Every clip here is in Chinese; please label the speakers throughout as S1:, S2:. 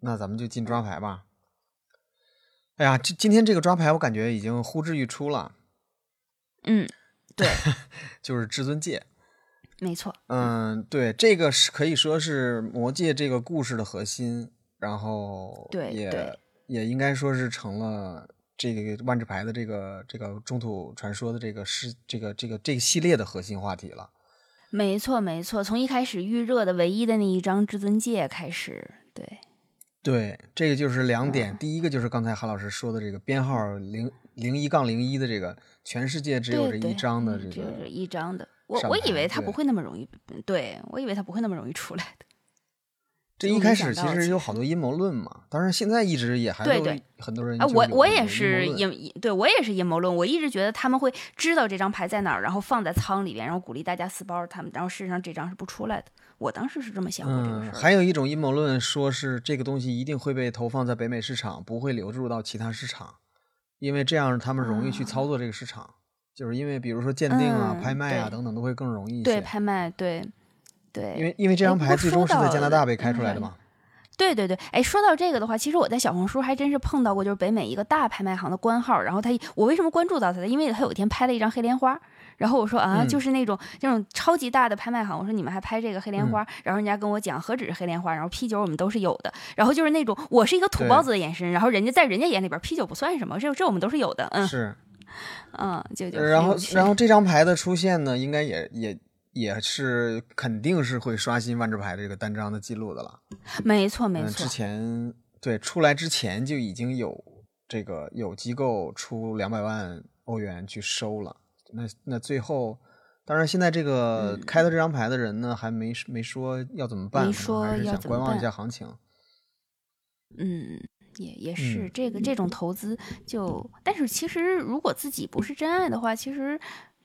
S1: 那咱们就进抓牌吧。哎呀，这今天这个抓牌，我感觉已经呼之欲出了，
S2: 嗯，对，
S1: 就是至尊戒。
S2: 没错，
S1: 嗯，对，这个是可以说是魔戒这个故事的核心，然后
S2: 对
S1: 也
S2: 对
S1: 也应该说是成了这个万智牌的这个这个中土传说的这个是这个这个这个系列的核心话题了。
S2: 没错，没错。从一开始预热的唯一的那一张至尊戒开始，对，
S1: 对，这个就是两
S2: 嗯
S1: 点，第一个就是刚才韩老师说的这个编号零零一杠零一的这个，全世界只有这
S2: 对
S1: 一
S2: 对
S1: 张的
S2: 嗯只
S1: 这
S2: 有
S1: 个
S2: 这一张的。我
S1: 上
S2: 我以
S1: 牌
S2: 为它不
S1: 对
S2: 会那么容易，嗯对我以为它不会那么容易出来的。
S1: 这
S2: 我
S1: 一
S2: 没
S1: 开
S2: 想
S1: 始其
S2: 到
S1: 实
S2: 其
S1: 有好多阴谋论嘛，当然现在一直也还
S2: 对
S1: 有
S2: 对
S1: 很多人
S2: 哎、
S1: 就是
S2: 我
S1: 有
S2: 我
S1: 这
S2: 也
S1: 个阴谋
S2: 是
S1: 论
S2: 阴，对我也是阴谋论。我一直觉得他们会知道这张牌在哪儿，然后放在仓里边，然后鼓励大家撕包他们，然后事实上这张是不出来的。我当时是这么想过这个
S1: 嗯，
S2: 事儿的。
S1: 还有一种阴谋论说是这个东西一定会被投放在北美市场，不会流入到其他市场，因为这样他们容易去操作这个市场，就是因为比如说鉴定啊、
S2: 嗯
S1: 拍卖啊
S2: 对
S1: 等等都会更容易一
S2: 对
S1: 些。
S2: 拍卖，对对，
S1: 因为因为这
S2: 哎
S1: 张
S2: 不过
S1: 牌最终
S2: 说
S1: 是在
S2: 到
S1: 加拿
S2: 了
S1: 大被开出来的嘛。
S2: 对对对，哎，说到这个的话，其实我在小红书还真是碰到过，就是北美一个大拍卖行的官号，然后他我为什么关注到他的？因为他有一天拍了一张黑莲花，然后我说啊，
S1: 嗯
S2: 就是那种那种超级大的拍卖行，我说你们还拍这个黑莲花，
S1: 嗯
S2: 然后人家跟我讲何止是黑莲花，然后啤酒我们都是有的，然后就是那种我是一个土
S1: 对
S2: 包子的眼神，然后人家在人家眼里边啤酒不算什么，这这我们都是有的，嗯
S1: 是，
S2: 嗯，就就
S1: 呃然
S2: 很有
S1: 后
S2: 趣
S1: 然后这张牌的出现呢，应该也也也是肯定是会刷新万智牌这个单张的记录的了。
S2: 没错没
S1: 嗯，
S2: 错
S1: 之，前对出来之前就已经有这个有机构出两百万欧元去收了。那那最后，当然现在这个开到这张牌的人呢，还没没说要怎么办，
S2: 没
S1: 可能还
S2: 说
S1: 是
S2: 要
S1: 想
S2: 怎
S1: 观
S2: 么
S1: 望一
S2: 办
S1: 下行情。
S2: 嗯，也也是
S1: 嗯
S2: 这个这种投资就，但是其实如果自己不是真爱的话，其实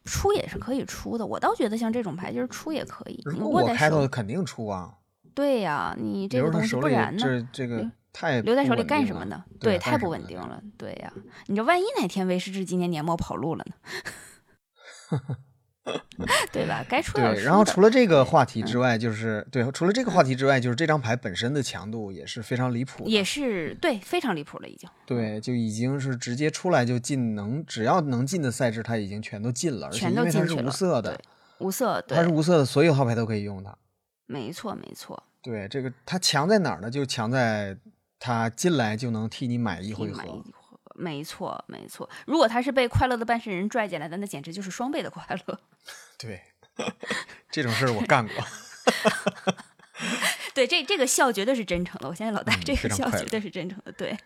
S2: 出也是可以出的。我倒觉得像这种牌就是出也可以，你
S1: 如
S2: 握
S1: 果
S2: 在
S1: 我开
S2: 手，
S1: 头肯定出啊，
S2: 对呀、你这
S1: 留
S2: 个
S1: 着他
S2: 东西
S1: 手
S2: 不
S1: 里
S2: 然呢？
S1: 这这个
S2: 留
S1: 太
S2: 留在
S1: 不
S2: 手里
S1: 稳
S2: 干
S1: 定
S2: 什么
S1: 了
S2: 呢？
S1: 对啊
S2: 太
S1: 干
S2: 不
S1: 什
S2: 稳
S1: 么呢
S2: 定了。对呀、你这万一哪天威士忌今年年末跑路了呢？ 对吧？该出要
S1: 对，
S2: 出的。嗯
S1: 然后除了这个话题之外，就是对，除了这个话题之外，就是这张牌本身的强度也是非常离谱的，
S2: 也是对，非常离谱了已经。
S1: 对，就已经是直接出来就进能，只要能进的赛制，它已经全都进了，而且
S2: 全
S1: 因
S2: 都
S1: 为它
S2: 进
S1: 是
S2: 去
S1: 无
S2: 了
S1: 色的
S2: 对，无色，
S1: 它是
S2: 对，
S1: 无色的，所有号牌都可以用它。
S2: 没错，没错，
S1: 对，这个它强在哪儿呢？就强在它进来就能替你买一
S2: 可
S1: 回
S2: 以
S1: 合
S2: 买一。盒，没错没错。如果他是被快乐的办事人拽进来的，那简直就是双倍的快乐。
S1: 对， 这种事儿我干过。
S2: 对，这这个笑绝对是真诚的。我相信老大、
S1: 嗯
S2: 这
S1: 非
S2: 个
S1: 常
S2: 笑
S1: 快乐
S2: 绝对是真诚的。对，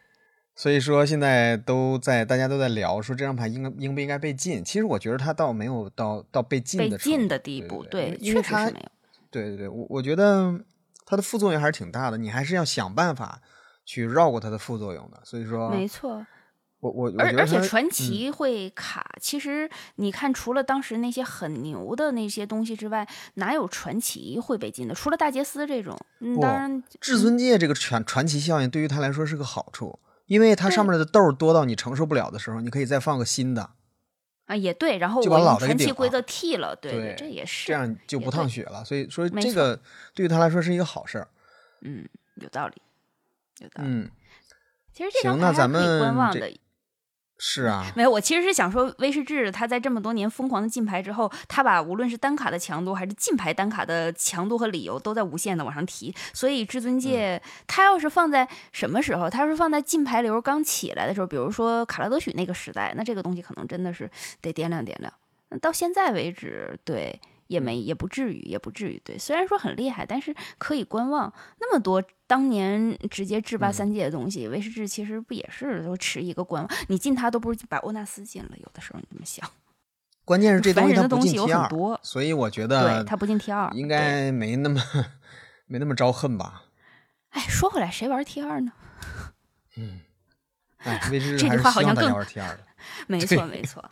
S1: 所以说现在都在大家都在聊说这张牌应该应不应该被禁。其实我觉得它倒没有到到被禁
S2: 被
S1: 的程
S2: 禁
S1: 度
S2: 的地步，
S1: 对，因为因为
S2: 确实
S1: 它
S2: 是没有。
S1: 对对对，我我觉得它的副作用还是挺大的，你还是要想办法去绕过它的副作用的。所以说，
S2: 没错，
S1: 我我我
S2: 而
S1: 觉得
S2: 而且
S1: 它嗯
S2: 传奇会卡。其实你看，除了当时那些很牛的那些东西之外，哪有传奇会被禁的？除了大杰斯这种，嗯，
S1: 不
S2: 当然，
S1: 至尊戒这个传传奇效应对于它来说是个好处，因为它上面的豆儿多到你承受不了的时候，你可以再放个新的，
S2: 啊也对。然后
S1: 就
S2: 我
S1: 把老
S2: 用
S1: 的给
S2: 传
S1: 顶
S2: 奇规
S1: 了
S2: 则替了，对
S1: 对
S2: 这也是
S1: 这样就
S2: 也
S1: 不烫
S2: 对
S1: 血了。所以说
S2: 没
S1: 这
S2: 错
S1: 个对于它来说是一个好事儿。
S2: 嗯，有道理，有道理。
S1: 嗯，
S2: 其实这张
S1: 行
S2: 牌
S1: 那
S2: 还是
S1: 咱
S2: 可以观
S1: 们
S2: 望
S1: 这
S2: 的，
S1: 是啊，
S2: 没有，我其实是想说，威士忌他在这么多年疯狂的禁牌之后，他把无论是单卡的强度还是禁牌单卡的强度和理由都在无限的往上提。所以至尊戒，他要是放在什么时候？他要是放在禁牌流刚起来的时候，比如说卡拉德许那个时代，那这个东西可能真的是得掂量掂量。那到现在为止，对。也没也不至于，也不至于。对，虽然说很厉害，但是可以观望。那么多当年直接制
S1: 嗯
S2: 霸三界的东西，威士忌其实不也是都持一个观望？你进它都不如把欧纳斯进了，有的时候你这么想，
S1: 关键是这东
S2: 烦
S1: 西它
S2: 人的
S1: 不
S2: 东
S1: 进
S2: 西有
S1: T
S2: 很
S1: 二，
S2: 多。
S1: 所以我觉
S2: 对，
S1: 得
S2: 它不进 T 二，
S1: 应
S2: 对。
S1: 该没那么 没那么招恨吧。
S2: 哎，说回来，谁玩 T 二呢？
S1: 嗯哎，威士
S2: 这
S1: 忌还
S2: 句
S1: 是
S2: 话好
S1: 希望
S2: 像
S1: 大家
S2: 更
S1: 玩 T 二的。
S2: 没
S1: 对嗯
S2: 错，没错。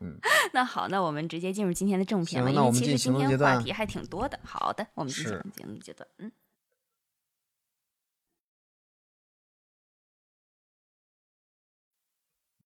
S2: 那好，那我们直接进入今天的正片吧，
S1: 行
S2: 因
S1: 那我
S2: 为
S1: 们
S2: 其
S1: 进
S2: 实
S1: 行
S2: 今
S1: 论
S2: 天
S1: 阶
S2: 话
S1: 段
S2: 题还挺多的。好的，我们进
S1: 是
S2: 行节目阶段。嗯，